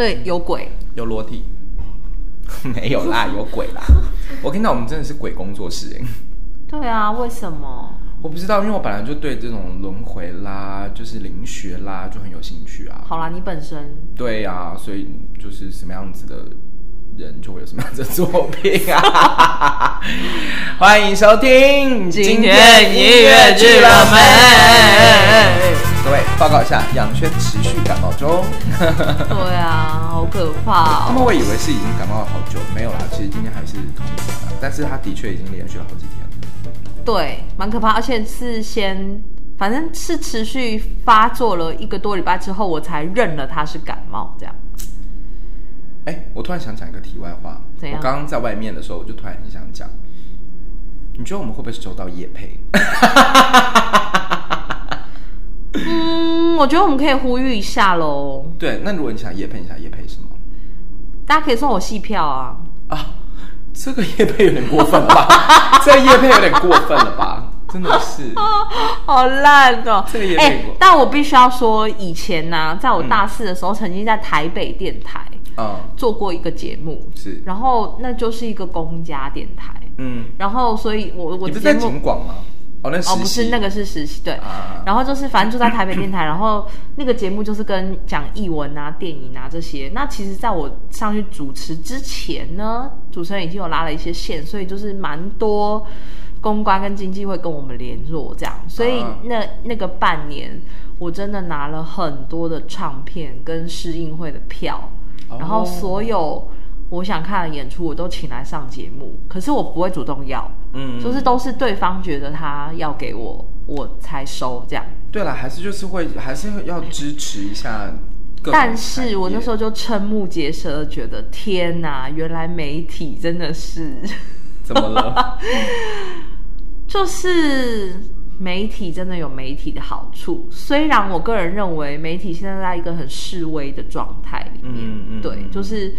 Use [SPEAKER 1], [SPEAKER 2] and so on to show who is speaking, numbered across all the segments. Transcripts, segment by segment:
[SPEAKER 1] 对，有鬼。
[SPEAKER 2] 有裸体？ 没有 啦，有鬼啦！我跟你讲，我们真的是鬼工作室哎、
[SPEAKER 1] 对啊，为什么？
[SPEAKER 2] 我不知道，因为我本来就对这种轮回啦，就是灵学啦，就很有兴趣啊。
[SPEAKER 1] 好啦，你本身
[SPEAKER 2] 对呀、所以就是什么样子的人就会有什么样子的作品啊！欢迎收听
[SPEAKER 1] 今天音乐剧了没？
[SPEAKER 2] 各位报告一下，杨轩持续感冒中。
[SPEAKER 1] 对啊，好可怕
[SPEAKER 2] 他们
[SPEAKER 1] 哦。
[SPEAKER 2] 会以为是已经感冒了好久，没有啦，其实今天还是同一天啦，但是他的确已经连续了好几天了。
[SPEAKER 1] 对，蛮可怕，而且是先，反正是持续发作了一个多礼拜之后，我才认了他是感冒这样。
[SPEAKER 2] 哎、我突然想讲一个题外话。
[SPEAKER 1] 怎样
[SPEAKER 2] 我刚刚在外面的时候，我就突然很想讲，你觉得我们会不会收到叶配？
[SPEAKER 1] 嗯，我觉得我们可以呼吁一下喽，
[SPEAKER 2] 对，那如果你想叶配，你想叶配什么
[SPEAKER 1] 大家可以送我戏票啊。
[SPEAKER 2] 啊？这个叶配有点过分 了吧？这个叶配有点过分了吧？真的是，
[SPEAKER 1] 好烂哦！
[SPEAKER 2] 这个也
[SPEAKER 1] 哎
[SPEAKER 2] 美国
[SPEAKER 1] 但我必须要说，以前呢、啊在我大四的时候，曾经在台北电台
[SPEAKER 2] 嗯，
[SPEAKER 1] 做过一个节目，
[SPEAKER 2] 是，
[SPEAKER 1] 然后那就是一个公家电台，
[SPEAKER 2] 嗯，
[SPEAKER 1] 然后所以我我的
[SPEAKER 2] 你不是
[SPEAKER 1] 节
[SPEAKER 2] 在
[SPEAKER 1] 目
[SPEAKER 2] 景广吗？哦，那实
[SPEAKER 1] 哦
[SPEAKER 2] 习
[SPEAKER 1] 不是那个是实习对，
[SPEAKER 2] 啊，
[SPEAKER 1] 然后就是反正就在台北电 台，然后那个节目就是跟讲译文啊、电影啊这些。那其实在我上去主持之前呢，主持人已经有拉了一些线，所以就是蛮多公关跟经济会跟我们联络这样。所以
[SPEAKER 2] 啊
[SPEAKER 1] 那那个半年，我真的拿了很多的唱片跟试映会的票，
[SPEAKER 2] 哦
[SPEAKER 1] 然后所有。我想看的演出，我都请来上节目，可是我不会主动要，
[SPEAKER 2] 嗯，
[SPEAKER 1] 就是都是对方觉得他要给我，我才收这样。
[SPEAKER 2] 对了，还是就是会，还是要支持一下各种产
[SPEAKER 1] 但
[SPEAKER 2] 业。
[SPEAKER 1] 是我那时候就瞠目结舌，觉得天哪，原来媒体真的是，
[SPEAKER 2] 怎么了？
[SPEAKER 1] 就是媒体真的有媒体的好处。虽然我个人认为媒体现在在一个很示威的状态里面，
[SPEAKER 2] 嗯嗯
[SPEAKER 1] 对，
[SPEAKER 2] 嗯
[SPEAKER 1] 就是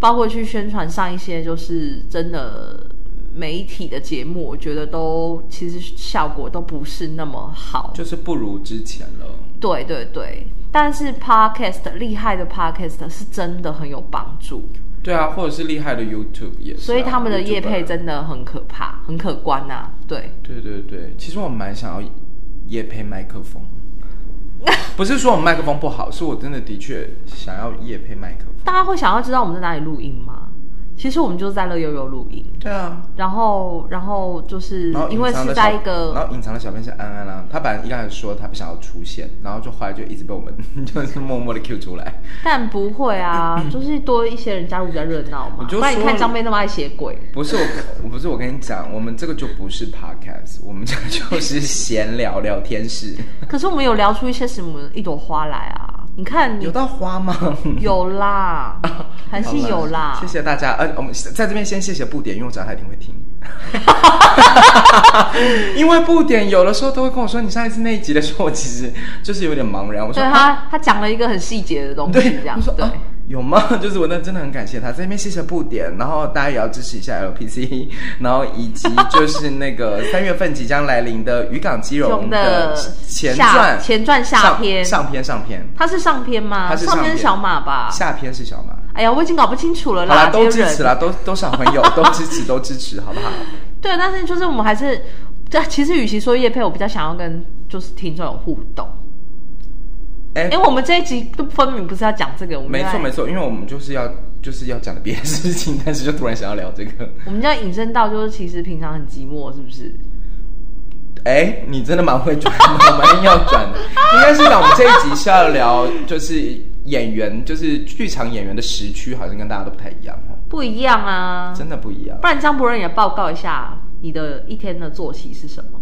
[SPEAKER 1] 包括去宣传上一些，就是真的。媒体的节目，我觉得都其实效果都不是那么好，
[SPEAKER 2] 就是不如之前了。
[SPEAKER 1] 对对对，但是 podcast 厉害的 podcast 是真的很有帮助，
[SPEAKER 2] 对啊，或者是厉害的 YouTube 也是啊、
[SPEAKER 1] 所以他们的业配
[SPEAKER 2] YouTuber
[SPEAKER 1] 真的很可怕，很可观呐、对，
[SPEAKER 2] 对对对，其实我蛮想要夜配麦 克风，不是说我麦克风不好，是我真的的确想要夜配麦克风。
[SPEAKER 1] 大家会想要知道我们在哪里录音吗？其实我们就是在乐悠悠录音，
[SPEAKER 2] 对啊，
[SPEAKER 1] 然后然后就是
[SPEAKER 2] 然后
[SPEAKER 1] 嗯因为
[SPEAKER 2] 隐藏
[SPEAKER 1] 是
[SPEAKER 2] 的
[SPEAKER 1] 在
[SPEAKER 2] 小
[SPEAKER 1] 一个
[SPEAKER 2] 然后隐藏的小编是安安啦、他本来一开始说他不想要出现，然后就后来就一直被我们 就是默默的 Q 出来。
[SPEAKER 1] 但不会啊，就是多一些人加入比较热闹嘛。
[SPEAKER 2] 我嗯就
[SPEAKER 1] 不然你
[SPEAKER 2] 说
[SPEAKER 1] 看
[SPEAKER 2] 了
[SPEAKER 1] 张妹那么爱写鬼，
[SPEAKER 2] 不是我，我不是我跟你讲，我们这个就不是 podcast，我们这个就是闲聊聊天室。
[SPEAKER 1] 可是我们有聊出一些什么一朵花来啊？你看你
[SPEAKER 2] 有到花吗？
[SPEAKER 1] 有 啦，还是
[SPEAKER 2] 好了
[SPEAKER 1] 有啦。
[SPEAKER 2] 谢谢大家，呃，我们在这边先谢谢布点，因为我知道他一定会 听。因为布点有的时候都会跟我说，你上一次那一集的时候，我其实就是有点茫然。我说
[SPEAKER 1] 对
[SPEAKER 2] 啊
[SPEAKER 1] 他，他讲了一个很细节的东西，
[SPEAKER 2] 对
[SPEAKER 1] 这，样
[SPEAKER 2] 我说
[SPEAKER 1] 对
[SPEAKER 2] 啊。有吗？ 就是我那真的很感谢他，在那边谢谢布点，然后大家也要支持一下 LPC，然 后以及就是 那个三月份即将来临的渔港基
[SPEAKER 1] 中
[SPEAKER 2] 隆
[SPEAKER 1] 的
[SPEAKER 2] 前
[SPEAKER 1] 下
[SPEAKER 2] 传
[SPEAKER 1] 前传下
[SPEAKER 2] 上
[SPEAKER 1] 篇
[SPEAKER 2] 上篇上篇
[SPEAKER 1] 他是上篇吗？
[SPEAKER 2] 他是
[SPEAKER 1] 上
[SPEAKER 2] 上篇
[SPEAKER 1] 是小马吧？
[SPEAKER 2] 下篇是小马，
[SPEAKER 1] 哎呀，我已经搞不清楚了
[SPEAKER 2] 好
[SPEAKER 1] 啦，
[SPEAKER 2] 啦，
[SPEAKER 1] 这
[SPEAKER 2] 都
[SPEAKER 1] 些
[SPEAKER 2] 支
[SPEAKER 1] 人
[SPEAKER 2] 持啦，都都是好朋 友，都支持，都支持，好不好？
[SPEAKER 1] 对，但是就是我们还是，这其实与其说叶配，我比较想要跟就是听众有互动，
[SPEAKER 2] 哎、
[SPEAKER 1] 因为我哎们这一集都分明不是要讲这个，我们
[SPEAKER 2] 没
[SPEAKER 1] 在
[SPEAKER 2] 错没错，因为我们就是要就是要讲的别的事情，但是就突然想要聊这个。
[SPEAKER 1] 我们就要引申到就是其实平常很寂寞，是不是？
[SPEAKER 2] 哎、你真的蛮会转，我蛮硬要转的。应该是讲我们这一集是要聊，就是演员，就是剧场演员的时区，好像跟大家都不太一样哦，
[SPEAKER 1] 不一样啊，
[SPEAKER 2] 真的不一样。
[SPEAKER 1] 不然张博仁也报告一下你的一天的作息是什么？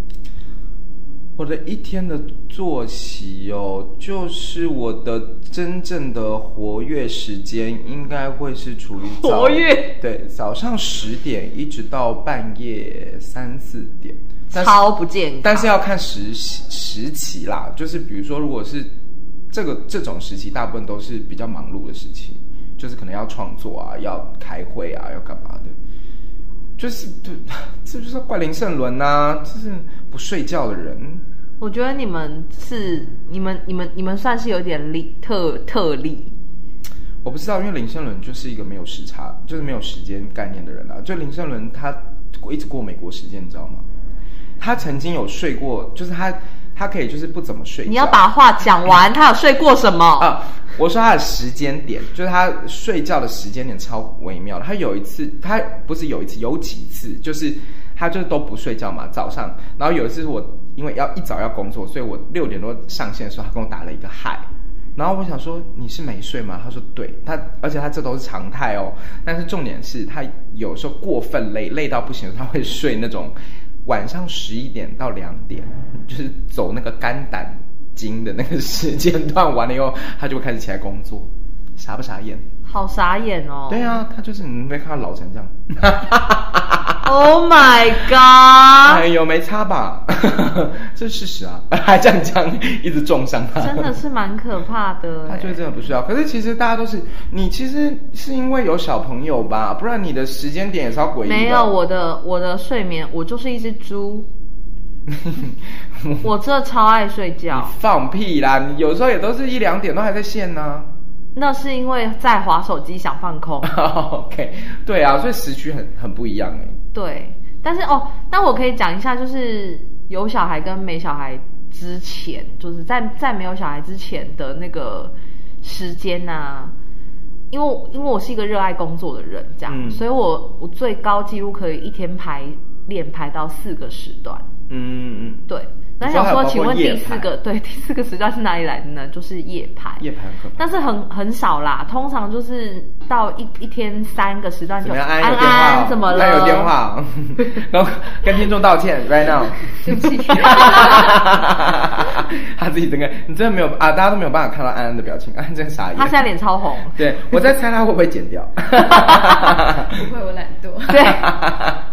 [SPEAKER 2] 我的一天的作息哦，就是我的真正的活跃时间应该会是处于早
[SPEAKER 1] 活跃，
[SPEAKER 2] 对，早上十点一直到半夜三四点，但是
[SPEAKER 1] 超不健康，
[SPEAKER 2] 但是要看时时期啦，就是比如说，如果是这个这种时期，大部分都是比较忙碌的时期，就是可能要创作啊，要开会啊，要干嘛的，就是对，这就是怪林胜伦呐、就是不睡觉的人。
[SPEAKER 1] 我觉得你们是你们你们你们算是有点例特特例，
[SPEAKER 2] 我不知道，因为林盛伦就是一个没有时差，就是没有时间概念的人啦、就林盛伦他一直过美国时间，你知道吗？他曾经有睡过，就是他他可以就是不怎么睡觉。
[SPEAKER 1] 你要把话讲完，他有睡过什么？
[SPEAKER 2] 啊，我说他的时间点，就是他睡觉的时间点超微妙的。他有一次，他不是有一次，有几次，就是他就都不睡觉嘛，早上。然后有一次我因为要一早要工作，所以我六点多上线的时候，他跟我打了一个嗨。然后我想说你是没睡吗？他说对，他而且他这都是常态哦。但是重点是他有时候过分累，累到不行的时候，他会睡那种晚上十一点到两点，就是走那个肝胆经的那个时间段完了以后，他就会开始起来工作，傻不傻眼？
[SPEAKER 1] 好傻眼哦！
[SPEAKER 2] 对啊，他就是你没看他老成这样，
[SPEAKER 1] Oh my god！
[SPEAKER 2] 哎呦没差吧？ 这是事实啊，还这样讲，一直重伤他，
[SPEAKER 1] 真的是蛮可怕的
[SPEAKER 2] 他
[SPEAKER 1] 欸、
[SPEAKER 2] 就真的不需要。可是其实大家都是，你其实是因为有小朋友吧，不然你的时间点也超诡异的。
[SPEAKER 1] 没有 我的我的睡眠，我就是一只猪，我这超爱睡觉。
[SPEAKER 2] 放屁啦！你有时候也都是一两点都还在线呢、
[SPEAKER 1] 那是因为在划手机想放空，哦
[SPEAKER 2] OK，对啊，所以时区很很不一样哎、
[SPEAKER 1] 对。但是哦，但我可以讲一下，就是有小孩跟没小孩之前，就是在在没有小孩之前的那个时间呐、因为因为我是一个热爱工作的人，这样，
[SPEAKER 2] 嗯
[SPEAKER 1] 所以我我最高纪录可以一天排练排到四个时段，
[SPEAKER 2] 嗯嗯
[SPEAKER 1] 对。那
[SPEAKER 2] 你说
[SPEAKER 1] 想
[SPEAKER 2] 还有
[SPEAKER 1] 说，
[SPEAKER 2] 包括
[SPEAKER 1] 请问
[SPEAKER 2] 夜
[SPEAKER 1] 第四
[SPEAKER 2] 排
[SPEAKER 1] 个对第四个时段是哪里来的呢？就是夜排
[SPEAKER 2] 嗯，。夜排很可怕。
[SPEAKER 1] 但是很很少啦，通常就是到一一天三个时段
[SPEAKER 2] 怎
[SPEAKER 1] 就
[SPEAKER 2] 么样？安安
[SPEAKER 1] 安
[SPEAKER 2] 有电话，啊
[SPEAKER 1] 怎么了？
[SPEAKER 2] 安有 电，话，啊然后跟听众道歉，right now。
[SPEAKER 1] 对 不起。
[SPEAKER 2] 他自己整个，你真的没有啊？大家都没有办法看到安安的表情，安安真的傻眼。
[SPEAKER 1] 他现在脸超红，
[SPEAKER 2] 对我在猜他会不会剪 掉。
[SPEAKER 3] 不会，我懒惰。
[SPEAKER 1] 对，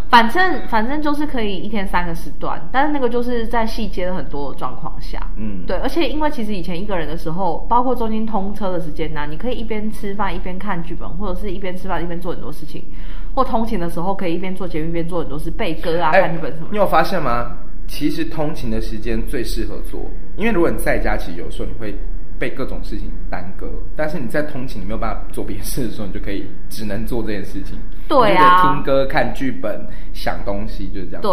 [SPEAKER 1] 反正反正就是可以一天三个时段，但是那个就是在细节的很多状况下，
[SPEAKER 2] 嗯，
[SPEAKER 1] 对，而且因为其实以前一个人的时候，包括中间通车的时间啊呐、你可以一边吃饭一边看剧本，或者是一边吃饭一边做很多事情，或通勤的时候可以一边做节目一边做很多事，背歌啊、
[SPEAKER 2] 哎
[SPEAKER 1] 看剧本什么
[SPEAKER 2] 你
[SPEAKER 1] 的。
[SPEAKER 2] 有发现吗？其实通勤的时间最适合做，因为如果你在家，其实有时候你会被各种事情耽搁，但是你在通勤你没有办法做别的事的时候，你就可以只能做这件事情。
[SPEAKER 1] 对啊
[SPEAKER 2] 你就可以听歌、看剧本、想东西，就是这样。，
[SPEAKER 1] 对，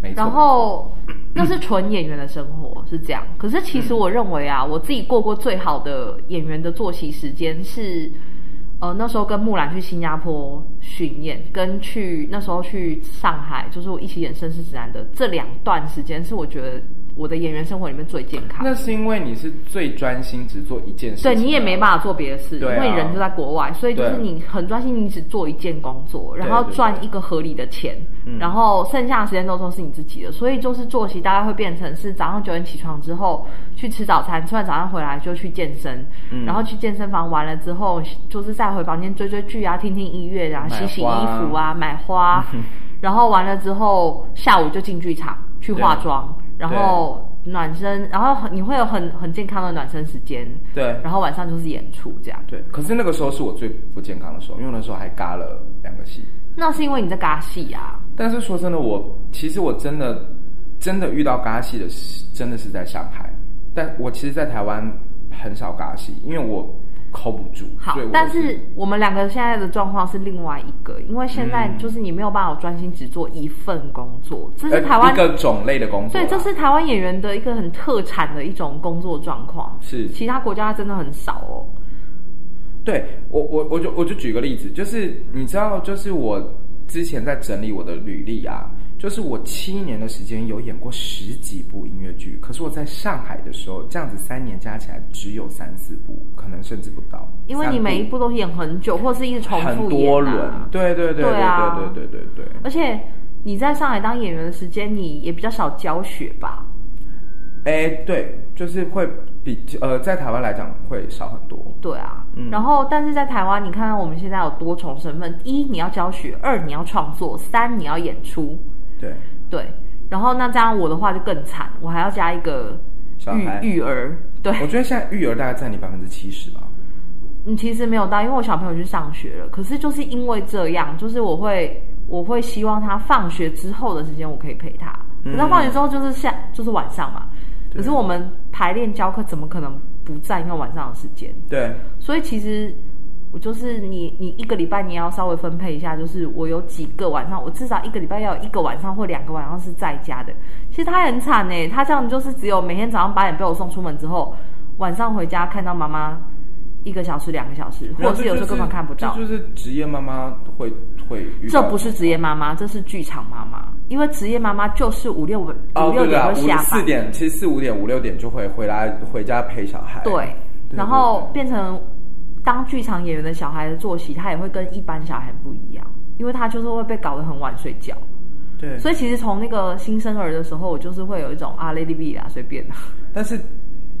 [SPEAKER 2] 没错。
[SPEAKER 1] 然后那是纯演员的生活是这样，可是其
[SPEAKER 2] 嗯
[SPEAKER 1] 实我认为啊，我自己过过最好的演员的作息时间是，呃，那时候跟木兰去新加坡巡演，跟去那时候去上海，就是我一起演《绅士指南》的这两段时间，是我觉得我的演员生活里面最健康。
[SPEAKER 2] 那是因为你是最专心只做一件事情
[SPEAKER 1] 对
[SPEAKER 2] 啊的，
[SPEAKER 1] 你也没办法做别的事，因
[SPEAKER 2] 对啊
[SPEAKER 1] 为你人就在国外，所以就是
[SPEAKER 2] 对
[SPEAKER 1] 你很专心，你只做一件工作，然后
[SPEAKER 2] 对对嗯
[SPEAKER 1] 赚一个合理的钱，然后剩下的时间都都是你自己的，所以就是作息大概会变成是早上九点起床之后去吃早餐，吃完早餐回来就去健身，
[SPEAKER 2] 嗯
[SPEAKER 1] 然后去健身房完了之后，就是再回房间追追剧啊，听听音乐啊，
[SPEAKER 2] 买
[SPEAKER 1] 洗洗衣
[SPEAKER 2] 花
[SPEAKER 1] 服啊，买 花，然后完了之后下午就进剧场去化
[SPEAKER 2] 对
[SPEAKER 1] 妆，然后暖身，然后很你会有很很健康的暖身时间。
[SPEAKER 2] 对。
[SPEAKER 1] 然后晚上就是演出这样。
[SPEAKER 2] 对，可是那个时候是我最不健康的时候，因为那时候还嘎了两个戏。
[SPEAKER 1] 那是因为你在尬戏啊，
[SPEAKER 2] 但是说真的，我其实我真的真的遇到嘎戏的是，真的是在上海。但我其实，在台湾很少嘎戏，因为我 hold 不住。
[SPEAKER 1] 好
[SPEAKER 2] 所以，我
[SPEAKER 1] 但是我们两个现在的状况是另外一个，因为现在就是你没有办法专心只做一份工作，这
[SPEAKER 2] 呃
[SPEAKER 1] 是台湾
[SPEAKER 2] 一，个种类的工作啊
[SPEAKER 1] 对
[SPEAKER 2] 啦，，
[SPEAKER 1] 这是台湾演员的一个很特产的一种工作状况，
[SPEAKER 2] 是
[SPEAKER 1] 其他国家真的很少哦。
[SPEAKER 2] 对我我我就我就举个例子，就是你知道，就是我之前在整理我的履历啊，就是我七年的时间有演过十几部音乐剧，可是我在上海的时候，这样子三年加起来只有三四部，可能甚至不到，
[SPEAKER 1] 因为你
[SPEAKER 2] 三
[SPEAKER 1] 每一部都演很久，或是一直重
[SPEAKER 2] 很
[SPEAKER 1] 复
[SPEAKER 2] 多
[SPEAKER 1] 演、
[SPEAKER 2] 轮
[SPEAKER 1] 啊，，
[SPEAKER 2] 对对对
[SPEAKER 1] 对啊
[SPEAKER 2] 对对对对对。
[SPEAKER 1] 而且你在上海当演员的时间，你也比较少教学吧？
[SPEAKER 2] 哎，对，就是会比呃，在台湾来讲会少很多。
[SPEAKER 1] 对啊，
[SPEAKER 2] 嗯
[SPEAKER 1] 然后但是在台湾，你看看我们现在有多重身份：一你要教学，二你要创作，三你要演出，
[SPEAKER 2] 对，
[SPEAKER 1] 对。然后那这样我的话就更惨，我还要加一个
[SPEAKER 2] 小
[SPEAKER 1] 育
[SPEAKER 2] 孩
[SPEAKER 1] 育儿，对。
[SPEAKER 2] 我觉得现在育儿大概占你百分之七十吧。
[SPEAKER 1] 嗯，其实没有到，因为我小朋友去上学了。可是就是因为这样，就是我会我会希望他放学之后的时间我可以陪他。可是他放学之后就是下就是晚上嘛，
[SPEAKER 2] 嗯对
[SPEAKER 1] 可是我们排练教课怎么可能不占用晚上的时间？
[SPEAKER 2] 对，
[SPEAKER 1] 所以其实我就是你，你一个礼拜你也要稍微分配一下，就是我有几个晚上，我至少一个礼拜要有一个晚上或两个晚上是在家的。其实他很惨哎、他这样就是只有每天早上八点被我送出门之后，晚上回家看到妈妈一个小时、两个小时，或者是有时候根本看不到。
[SPEAKER 2] 这就是职业妈妈会会遇
[SPEAKER 1] 这
[SPEAKER 2] 到的
[SPEAKER 1] 不是职业妈妈，这是剧场妈妈，因为职业妈妈就是五六
[SPEAKER 2] 哦，
[SPEAKER 1] 五六
[SPEAKER 2] 对
[SPEAKER 1] 点
[SPEAKER 2] 的，
[SPEAKER 1] 就
[SPEAKER 2] 五
[SPEAKER 1] 下班
[SPEAKER 2] 四。点，其实四五点五六点就会回来回家陪小孩。
[SPEAKER 1] 对，
[SPEAKER 2] 对
[SPEAKER 1] 然后变成当剧场演员的小孩的作息，他也会跟一般小孩不一样，因为他就是会被搞得很晚睡觉。
[SPEAKER 2] 对，
[SPEAKER 1] 所以其实从那个新生儿的时候，我就是会有一种啊，Lady B 啦，随便啦。
[SPEAKER 2] 但是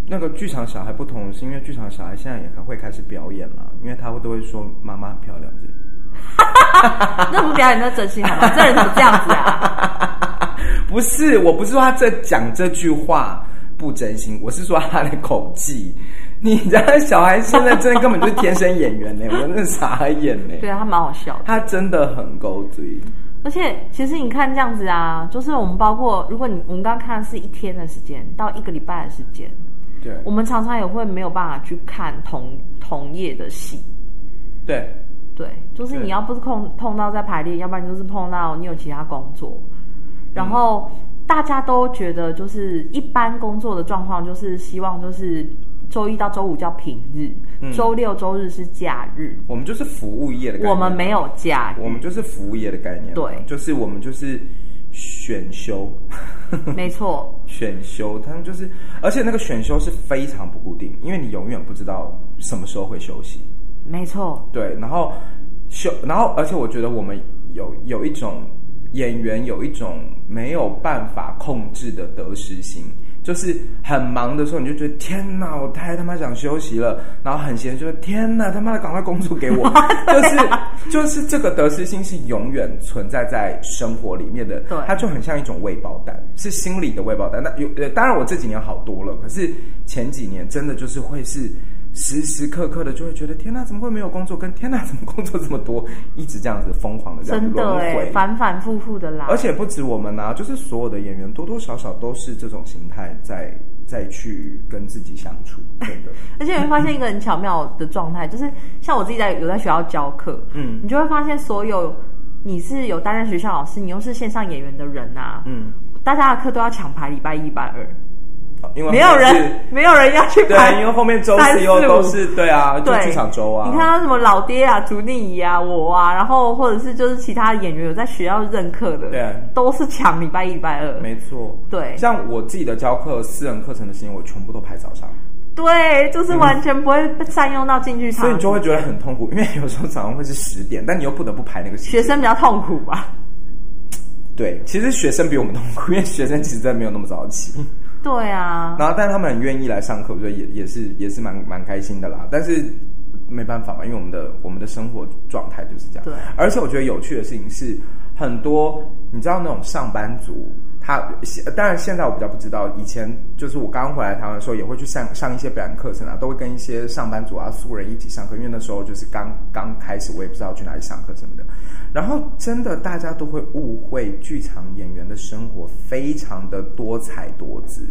[SPEAKER 2] 那个剧场小孩不同，是因为剧场小孩现在也会开始表演了，因为他会都会说妈妈很漂亮这。
[SPEAKER 1] 那不表演，那真心好吗？这人怎么这样子啊？
[SPEAKER 2] 不是，我不是说他这讲这句话不真心，我是说他的口技。你家小孩现在真的根本就是天生演员呢、我真的傻眼呢、
[SPEAKER 1] 对啊，他蛮好笑的。
[SPEAKER 2] 他真的很勾嘴。
[SPEAKER 1] 而且其实你看这样子啊，就是我们包括如果你我们刚刚看的是一天的时间到一个礼拜的时间，
[SPEAKER 2] 对
[SPEAKER 1] 我们常常也会没有办法去看同同业的戏。
[SPEAKER 2] 对，
[SPEAKER 1] 对，就是
[SPEAKER 2] 对
[SPEAKER 1] 你要不是碰碰到在排练，要不然就是碰到你有其他工作，然后大家都觉得就是一般工作的状况，就是希望就是周一到周五叫平
[SPEAKER 2] 嗯
[SPEAKER 1] 日，周、六周日是假日，
[SPEAKER 2] 我们就是服务业的概念。
[SPEAKER 1] 我们没，有假
[SPEAKER 2] 我
[SPEAKER 1] 日，
[SPEAKER 2] 们就是服务业的概念。
[SPEAKER 1] 对
[SPEAKER 2] 就是我们就是选修，
[SPEAKER 1] 没错，
[SPEAKER 2] 选修，他们就是，而且那个选修是非常不固定，因为你永远不知道什么时候会休息。
[SPEAKER 1] 没错，
[SPEAKER 2] 对，然后秀，然后而且我觉得我们有有一种演员有一种没有办法控制的得失心，就是很忙的时候你就觉得天哪，我太他妈想休息了，然后很闲就说天哪，他妈的赶快工作给我，就是就是这个得失心是永远存在在生活里面的，
[SPEAKER 1] 对
[SPEAKER 2] 它就很像一种未爆弹，是心理的未爆弹。那有呃，当然我这几年好多了，可是前几年真的就是会是时时刻刻的就会觉得天哪，怎么会没有工作？跟天哪，怎么工作这么多？一直这样子疯狂的这样子
[SPEAKER 1] 真的
[SPEAKER 2] 轮
[SPEAKER 1] 哎，
[SPEAKER 2] 回。
[SPEAKER 1] 反反复复的啦
[SPEAKER 2] 而，且不止我们啊，就是所有的演员多多少少都是这种心态在在去跟自己相处，真 的。
[SPEAKER 1] 而且你会发现一个很巧妙的状态，就是像我自己在有在学校教课，
[SPEAKER 2] 嗯
[SPEAKER 1] 你就会发现所有你是有担任学校老师，你又是线上演员的人啊，
[SPEAKER 2] 嗯，
[SPEAKER 1] 大家的课都要抢排礼拜一、礼拜二，
[SPEAKER 2] 因为
[SPEAKER 1] 没有
[SPEAKER 2] 后面
[SPEAKER 1] 人，没有人要去
[SPEAKER 2] 啊是
[SPEAKER 1] 排
[SPEAKER 2] 对，。因为后面周四又都是对啊，就
[SPEAKER 1] 对，
[SPEAKER 2] 剧场周啊。
[SPEAKER 1] 你看到什么老爹啊、竹丽姨啊、我啊，然后或者是就是其他演员有在学校任课的，
[SPEAKER 2] 对啊
[SPEAKER 1] 都是抢礼拜一、礼拜二。
[SPEAKER 2] 没错，
[SPEAKER 1] 对
[SPEAKER 2] 像我自己的教课、私人课程的时间，我全部都排早上，
[SPEAKER 1] 嗯对，就是完全不会被占用到进剧场，
[SPEAKER 2] 嗯所以你就会觉得很痛苦，因 为有时候早上会是十点，但你又不得不排那个时间
[SPEAKER 1] 学生比较痛苦吧？
[SPEAKER 2] 对，其实学生比我们痛苦，因为学生其实真的没有那么早起，
[SPEAKER 1] 对啊，
[SPEAKER 2] 然后但他们很愿意来上课，我觉得也也是也是蛮蛮开心的啦，但是。没办法嘛，因为我们的我们的生活状态就是这样。
[SPEAKER 1] 对
[SPEAKER 2] 而且我觉得有趣的事情是，很多你知道那种上班族，他现当然现在我比较不知道，以前就是我刚回来台湾的时候，也会去上上一些表演课程啊，都会跟一些上班族啊、素人一起上课，因为那时候就是刚刚开始，我也不知道去哪里上课什么的。然后真的大家都会误会剧场演员的生活非常的多彩多姿，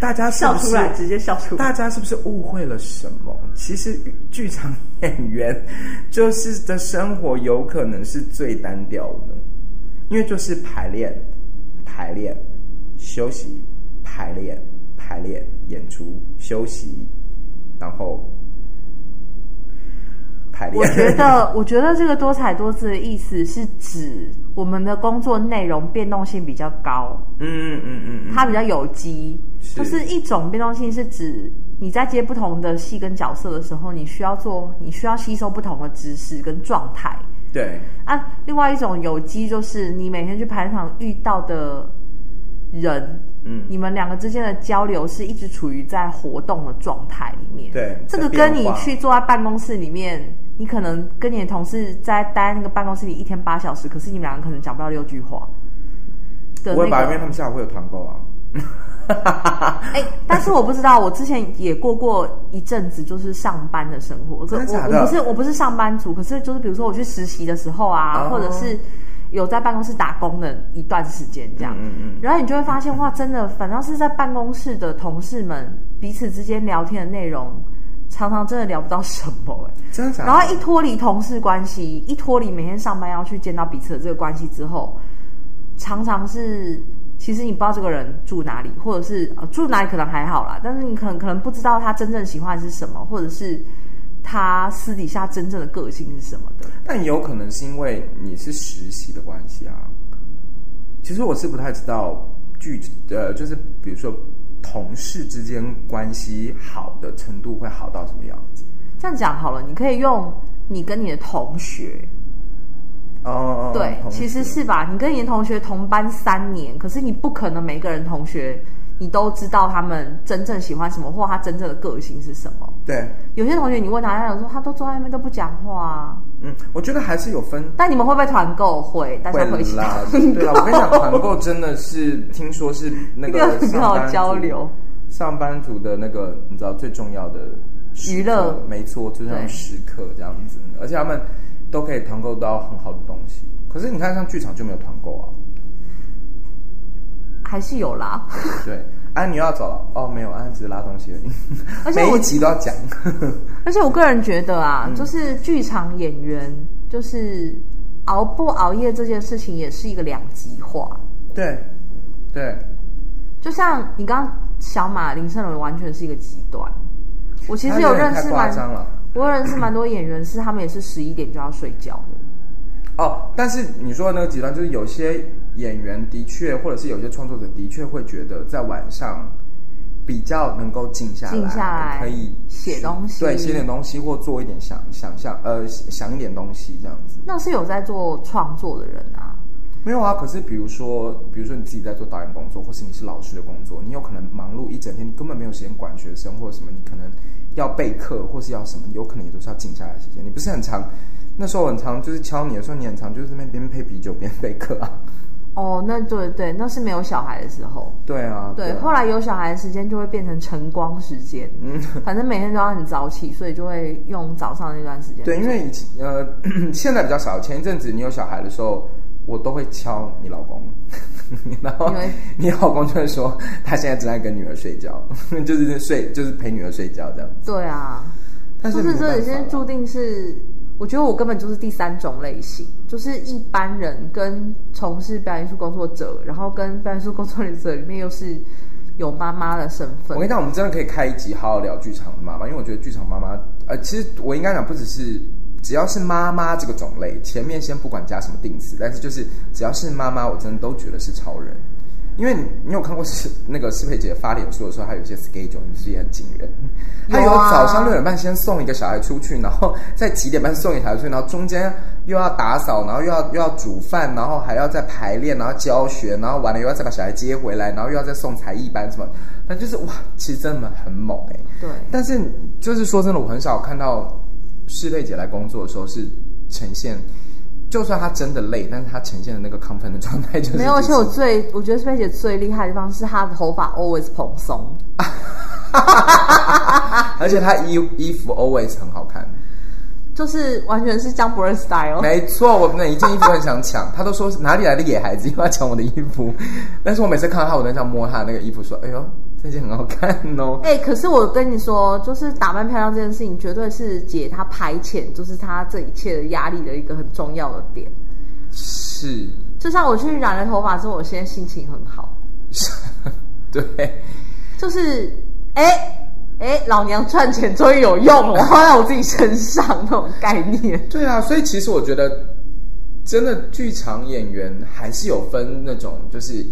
[SPEAKER 2] 大家是
[SPEAKER 1] 笑
[SPEAKER 2] 不
[SPEAKER 1] 出
[SPEAKER 2] 是
[SPEAKER 1] 来，直接笑出来。
[SPEAKER 2] 大家是不是误会了什么？其实剧场演员就是的生活有可能是最单调的，因为就是排练、排练、休息、排练、排练、演出、休息，然后排练。
[SPEAKER 1] 我觉得，我觉得这个多彩多姿的意思是指我们的工作内容变动性比较高，
[SPEAKER 2] 嗯，嗯嗯嗯嗯，
[SPEAKER 1] 它比较有机。
[SPEAKER 2] 是
[SPEAKER 1] 就是一种变动性是指你在接不同的戏跟角色的时候，你需要做，你需要吸收不同的知识跟状态。
[SPEAKER 2] 对
[SPEAKER 1] 啊，另外一种有机就是你每天去排练场遇到的人，
[SPEAKER 2] 嗯
[SPEAKER 1] 你们两个之间的交流是一直处于在活动的状态里面。
[SPEAKER 2] 对
[SPEAKER 1] 这个
[SPEAKER 2] 在变
[SPEAKER 1] 跟你
[SPEAKER 2] 化
[SPEAKER 1] 去坐在办公室里面，你可能跟你的同事在待那个办公室里一天八小时，可是你们两个可能讲不到六句话。的那
[SPEAKER 2] 我也把，因为
[SPEAKER 1] 个
[SPEAKER 2] 他，们下午会有团购啊。
[SPEAKER 1] 哎，但是我不知道，我之前也过过一阵子，就是上班的生活。
[SPEAKER 2] 真的
[SPEAKER 1] 我
[SPEAKER 2] 假
[SPEAKER 1] 我
[SPEAKER 2] 的
[SPEAKER 1] 我不是我不是上班族，可是就是比如说我去实习的时候啊，
[SPEAKER 2] 哦
[SPEAKER 1] 或者是有在办公室打工的一段时间这样，
[SPEAKER 2] 嗯嗯
[SPEAKER 1] 然后你就会发现，哇，真的，反倒是在办公室的同事们彼此之间聊天的内容常常真的聊不到什么、哎。
[SPEAKER 2] 真的假的？
[SPEAKER 1] 然后一脱离同事关系，一脱离每天上班要去见到彼此的这个关系之后，常常是其实你不知道这个人住哪里，或者是、呃、住哪里可能还好啦，但是你可能可能不知道他真正喜欢的是什么，或者是他私底下真正的个性是什么的。
[SPEAKER 2] 但有可能是因为你是实习的关系啊。其实我是不太知道具呃，就是比如说同事之间关系好的程度会好到什么样子。
[SPEAKER 1] 这样讲好了，你可以用你跟你的同学，
[SPEAKER 2] 哦哦，哦
[SPEAKER 1] 对，
[SPEAKER 2] 同
[SPEAKER 1] 其实
[SPEAKER 2] 学
[SPEAKER 1] 是吧？你跟你的同学同班三年，可是你不可能每个人同学你都知道他们真正喜欢什么，或他真正的个性是什么。
[SPEAKER 2] 对，
[SPEAKER 1] 有些同学你问他，他想说他都坐在那边都不讲话啊。
[SPEAKER 2] 嗯，我觉得还是有分
[SPEAKER 1] 但你们会不会团购？会，大
[SPEAKER 2] 会
[SPEAKER 1] 家会一起
[SPEAKER 2] 啦
[SPEAKER 1] 团，
[SPEAKER 2] 对啊啦，我跟你讲，团
[SPEAKER 1] 购，
[SPEAKER 2] 购真的是听说是 那
[SPEAKER 1] 一个
[SPEAKER 2] 个
[SPEAKER 1] 很
[SPEAKER 2] 上
[SPEAKER 1] 好
[SPEAKER 2] 班族
[SPEAKER 1] 交流，
[SPEAKER 2] 上班族的那个你知道最重要的时
[SPEAKER 1] 娱
[SPEAKER 2] 刻
[SPEAKER 1] 乐
[SPEAKER 2] 没错，就是那种
[SPEAKER 1] 对
[SPEAKER 2] 时刻这样子，而且他们都可以团购到很好的东西。可是你看，像剧场就没有团购啊，
[SPEAKER 1] 还是有啦。
[SPEAKER 2] 对。安妮要走了哦，没有，安只是拉东西而已。
[SPEAKER 1] 而且
[SPEAKER 2] 每
[SPEAKER 1] 我
[SPEAKER 2] 一集都要讲，
[SPEAKER 1] 而且我个人觉得
[SPEAKER 2] 嗯
[SPEAKER 1] 啊，就是剧场演员，就是熬不熬夜这件事情，也是一个两极化。
[SPEAKER 2] 对对，
[SPEAKER 1] 就像你刚刚小马林胜伦完全是一个极端。我其实
[SPEAKER 2] 他有点
[SPEAKER 1] 认
[SPEAKER 2] 太
[SPEAKER 1] 识
[SPEAKER 2] 夸
[SPEAKER 1] 蛮，
[SPEAKER 2] 张了。
[SPEAKER 1] 我有认识蛮多演员，是他们也是十一点就要睡觉 的。
[SPEAKER 2] 哦，但是你说的那个极端，就是有些演员的确，或者是有些创作者的确会觉得在晚上比较能够静下来，
[SPEAKER 1] 静下来
[SPEAKER 2] 可以
[SPEAKER 1] 写东西
[SPEAKER 2] 对，写点东西或做一点想想象，呃，想一点东西这样子。
[SPEAKER 1] 那是有在做创作的人啊，
[SPEAKER 2] 没有啊，可是比如说，比如说你自己在做导演工作，或是你是老师的工作，你有可能忙碌一整天，你根本没有时间管学生或者什么，你可能要备课或是要什么，有可能也都是要静下来的时间。你不是很长，那时候很长，就是敲你的时候，你很长就是那边边配啤酒边备课啊。
[SPEAKER 1] 哦，那对对，那是没有小孩的时候。
[SPEAKER 2] 对啊，
[SPEAKER 1] 对，
[SPEAKER 2] 啊
[SPEAKER 1] 后来有小孩的时间就会变成晨光时间，嗯， 反正每天都要很早起，所以就会用早上那段时间。
[SPEAKER 2] 对，因为以前呃 现在比较少，前一阵子你有小孩的时候，我都会敲你老公， 然后
[SPEAKER 1] 因为
[SPEAKER 2] 你老公就会说他现在正在跟女儿睡觉， 就是睡就是陪女儿睡觉这样。
[SPEAKER 1] 对啊，
[SPEAKER 2] 但
[SPEAKER 1] 就是是
[SPEAKER 2] 没
[SPEAKER 1] 这
[SPEAKER 2] 办
[SPEAKER 1] 已
[SPEAKER 2] 法
[SPEAKER 1] 经
[SPEAKER 2] 啦
[SPEAKER 1] 注定是，我觉得我根本就是第三种类型，就是一般人跟从事表演艺术工作者，然后跟表演艺术工作者里面又是有妈妈的身
[SPEAKER 2] 我
[SPEAKER 1] 份
[SPEAKER 2] 跟。你讲，我们真的可以开一集好好聊剧场的妈妈，因为我觉得剧场妈妈，呃，其实我应该讲不只是。只要是妈妈这个种类，前面先不管加什么定词，但是就是只要是妈妈，我真的都觉得是超人。因为你你有看过是那个适配姐发脸书的时候，她有一些 schedule，你是也很惊人。她有
[SPEAKER 1] 有啊
[SPEAKER 2] 早上六点半先送一个小孩出去，然后再几点半送一个小孩出去，然后中间又要打扫，然后又要又要煮饭，然后还要再排练，然后教学，然后完了又要再把小孩接回来，然后又要再送才艺班什么，反正就是哇，其实真的很猛哎、
[SPEAKER 1] 对，
[SPEAKER 2] 但是就是说真的，我很少看到室内姐来工作的时候是呈现，就算她真的累，但是她呈现的那个亢奋的状态就是
[SPEAKER 1] 没有，而且
[SPEAKER 2] 就是
[SPEAKER 1] 我最我觉得菲姐最厉害的地方是她的头发 always 蓬松，
[SPEAKER 2] 而且她衣衣服 always 很好看。
[SPEAKER 1] 就是完全是江博仁 style。
[SPEAKER 2] 没错，我每一件衣服都很想抢，她都说哪里来的野孩子又要抢我的衣服， 但是我每次看到她，我都很想摸她的那个衣服，说：“哎呦，这件很好看哦。
[SPEAKER 1] 哎、可是我跟你说，就是打扮漂亮这件事情，绝对是姐她排遣，就是她这一切的压力的一个很重要的点。”
[SPEAKER 2] 是，
[SPEAKER 1] 就像我去染了头发之后，我现在心情很好，
[SPEAKER 2] 对，
[SPEAKER 1] 就是哎哎、老娘赚钱终于有用了，花在我自己身上那种概念。
[SPEAKER 2] 对啊，所以其实我觉得，真的剧场演员还是有分那种就是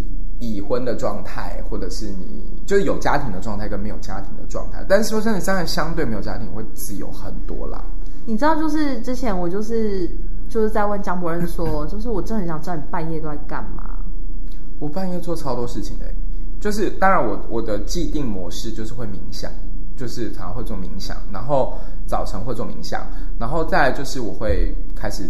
[SPEAKER 2] 已婚的状态，或者是你就是有家庭的状态跟没有家庭的状态。但是说真的，当然相对没有家庭会自由很多啦。
[SPEAKER 1] 你知道，就是之前我就是就是在问江博仁说，就是我真的很想知道你半夜都在干嘛。
[SPEAKER 2] 我半夜做超多事情的欸，就是当然我我的既定模式就是会冥想，就是常常会做冥想，然后早晨会做冥想，然后再来就是我会开始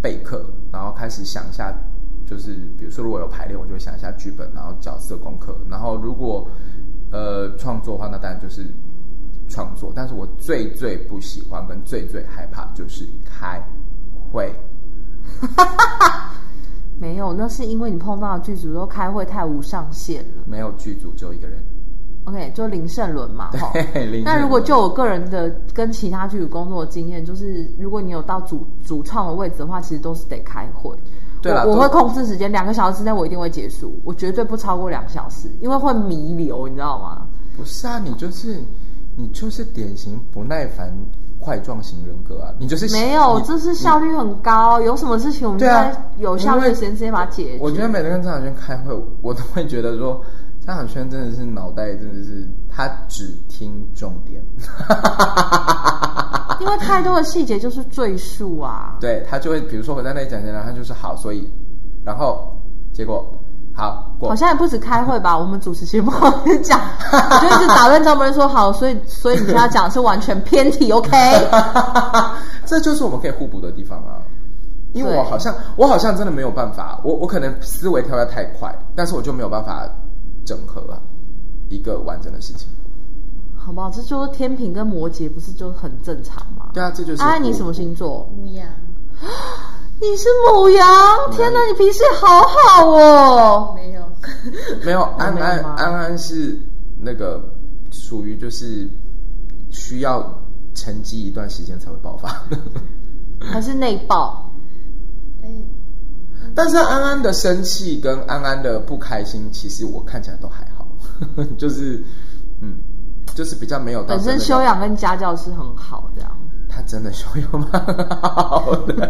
[SPEAKER 2] 备课，然后开始想一下，就是比如说如果有排练，我就会想一下剧本，然后角色功课，然后如果呃创作的话，那当然就是创作，但是我最最不喜欢跟最最害怕就是开会。
[SPEAKER 1] 没有，那是因为你碰到的剧组都开会太无上限了。
[SPEAKER 2] 没有剧组，只有一个人。
[SPEAKER 1] OK，就林盛伦嘛，哈。
[SPEAKER 2] 对林
[SPEAKER 1] 那如果
[SPEAKER 2] 盛伦
[SPEAKER 1] 就我个人的跟其他剧组工作的经验，就是如果你有到主主创的位置的话，其实都是得开会。
[SPEAKER 2] 对啦
[SPEAKER 1] 我我
[SPEAKER 2] 都
[SPEAKER 1] 会控制时间，两个小时之内我一定会结束，我绝对不超过两小时，因为会弥留，你知道吗？
[SPEAKER 2] 不是啊，你就是你就是典型不耐烦块状型人格啊，你就是
[SPEAKER 1] 没有，
[SPEAKER 2] 你
[SPEAKER 1] 这是效率很高，有什么事情我们就
[SPEAKER 2] 对啊
[SPEAKER 1] 在有效率的时间直接把它解决。
[SPEAKER 2] 我觉得每次跟张小轩开会，我都会觉得说，张小轩真的是脑袋真的是他只听重点，
[SPEAKER 1] 因为太多的细节就是赘述啊。
[SPEAKER 2] 对他就会比如说我在那里讲讲讲，他就是好，所以然后结果好过
[SPEAKER 1] 好，像也不止开会吧，我们主持节目好像 讲，我就一直打断张博士说好，所以所以你跟他讲是完全偏题，OK？
[SPEAKER 2] 这就是我们可以互补的地方啊。因为我
[SPEAKER 1] 对
[SPEAKER 2] 好像我好像真的没有办法，我我可能思维跳得太快，但是我就没有办法整合啊一个完整的事情。
[SPEAKER 1] 好不好？这就是天平跟摩羯，不是就很正常吗？
[SPEAKER 2] 对啊，这就是
[SPEAKER 1] 啊，你
[SPEAKER 2] 互
[SPEAKER 1] 什么
[SPEAKER 2] 补
[SPEAKER 1] 星座？
[SPEAKER 3] 乌鸦，
[SPEAKER 1] 你是母羊，天哪，你脾气好好哦。
[SPEAKER 3] 没有，
[SPEAKER 2] 没有，安
[SPEAKER 1] 没有
[SPEAKER 2] 安
[SPEAKER 1] 吗
[SPEAKER 2] 安安是那个属于就是需要沉寂一段时间才会爆发，
[SPEAKER 1] 还是内爆？
[SPEAKER 3] 哎，
[SPEAKER 2] 但是安安的生气跟安安的不开心，其实我看起来都还好， 就是嗯，就是比较没有到
[SPEAKER 1] 本身
[SPEAKER 2] 真的
[SPEAKER 1] 修养跟家教是很好，这样。
[SPEAKER 2] 他真的修 养蛮好的，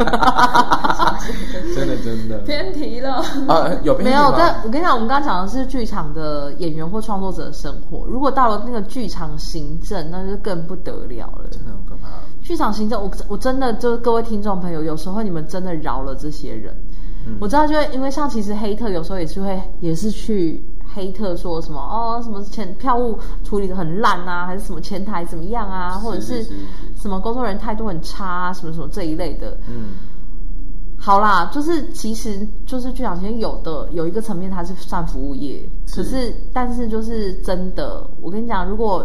[SPEAKER 2] 真的真的
[SPEAKER 3] 偏题了。
[SPEAKER 2] 啊，有
[SPEAKER 1] 没有，但
[SPEAKER 2] 的
[SPEAKER 1] 我跟你讲，我们刚刚讲的是剧场的演员或创作者的生活。如果到了那个剧场行政，那就更不得了了。
[SPEAKER 2] 真的很可怕，
[SPEAKER 1] 剧场行政，我我真的就是各位听众朋友，有时候你们真的饶了这些人。
[SPEAKER 2] 嗯
[SPEAKER 1] 我知道，就会因为像其实黑特有时候也是会也是去黑特说什么哦什么前票务处理的很烂啊，还是什么前台怎么样啊，
[SPEAKER 2] 是
[SPEAKER 1] 或者
[SPEAKER 2] 是
[SPEAKER 1] 是
[SPEAKER 2] 是
[SPEAKER 1] 什么工作人员态度很差、啊，什么什么这一类的。
[SPEAKER 2] 嗯，
[SPEAKER 1] 好啦，就是其实就是剧场圈有的有一个层面，它是算服务业，
[SPEAKER 2] 是
[SPEAKER 1] 可是但是就是真的，我跟你讲，如果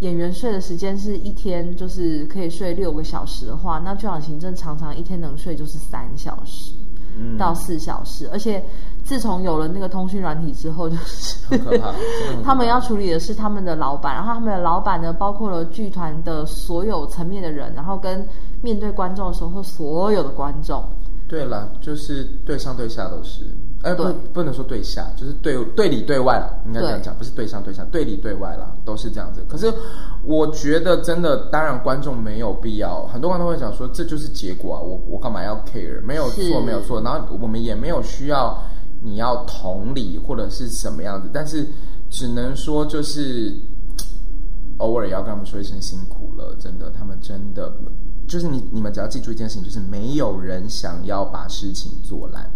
[SPEAKER 1] 演员睡的时间是一天就是可以睡六个小时的话，那剧场行政常常一天能睡就是三小时
[SPEAKER 2] 嗯
[SPEAKER 1] 到四小时，而且自从有了那个通讯软体之后，就是
[SPEAKER 2] 很可怕，真的很可怕
[SPEAKER 1] 他们要处理的是他们的老板，然后他们的老板呢，包括了剧团的所有层面的人，然后跟面对观众的时候，所有的观众。
[SPEAKER 2] 对了，就是对上对下都是，哎，不
[SPEAKER 1] 对，
[SPEAKER 2] 不能说对下，就是对对里对外啦，应该这样讲，不是对上对下，对里对外啦，都是这样子。可是我觉得真的，当然观众没有必要，很多观众会讲说这就是结果啊，我我干嘛要 care？没有
[SPEAKER 1] 是
[SPEAKER 2] 错，没有错，然后我们也没有需要你要同理或者是什么样子，但是只能说就是偶尔也要跟他们说一声辛苦了，真的，他们真的就是你你们只要记住一件事情，就是没有人想要把事情做烂，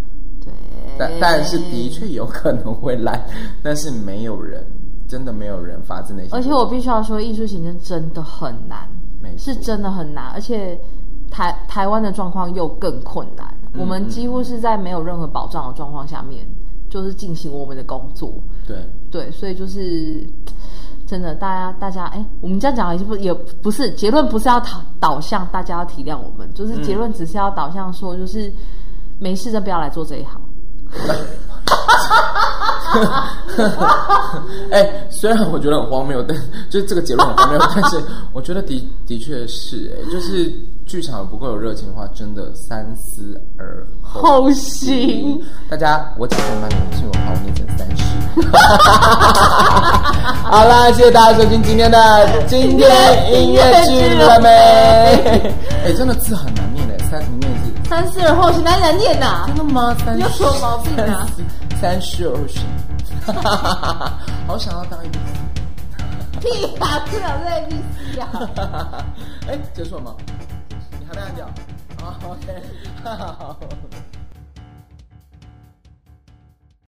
[SPEAKER 1] 对，
[SPEAKER 2] 但
[SPEAKER 1] 哎
[SPEAKER 2] 但是的确有可能会烂，但是没有人真的没有人发自内心，
[SPEAKER 1] 而且我必须要说，艺术行政真的很难，
[SPEAKER 2] 没错
[SPEAKER 1] 是真的很难，而且台台湾的状况又更困难。
[SPEAKER 2] 嗯
[SPEAKER 1] 我们几乎是在没有任何保障的状况下面，就是进行我们的工作。
[SPEAKER 2] 对
[SPEAKER 1] 对，所以就是真的，大家大家，哎，我们这样讲也不也不是结论，不是要导导向大家要体谅我们，就是
[SPEAKER 2] 嗯
[SPEAKER 1] 结论只是要导向说，就是没事就不要来做这一行。
[SPEAKER 2] 哎、虽然我觉得很荒谬，但就是这个结论很荒谬，但是我觉得的的确是、哎，就是剧场不够有热情的话，真的三思而后
[SPEAKER 1] 后行，
[SPEAKER 2] 大家，我讲成满堂信我怕我念成三十。好啦，谢谢大家收听今天的今天音乐剧了没？ 哎、真的字很难念嘞，三你念一次。
[SPEAKER 1] 三思而后行，哪里难念啊呐、
[SPEAKER 2] 真的吗？三
[SPEAKER 1] 你有什么毛病啊？
[SPEAKER 2] 三十 而行，好想要当一个。
[SPEAKER 1] 屁呀，这两在必死呀！
[SPEAKER 2] 哎、结束了吗？你还没按掉？啊，OK，好。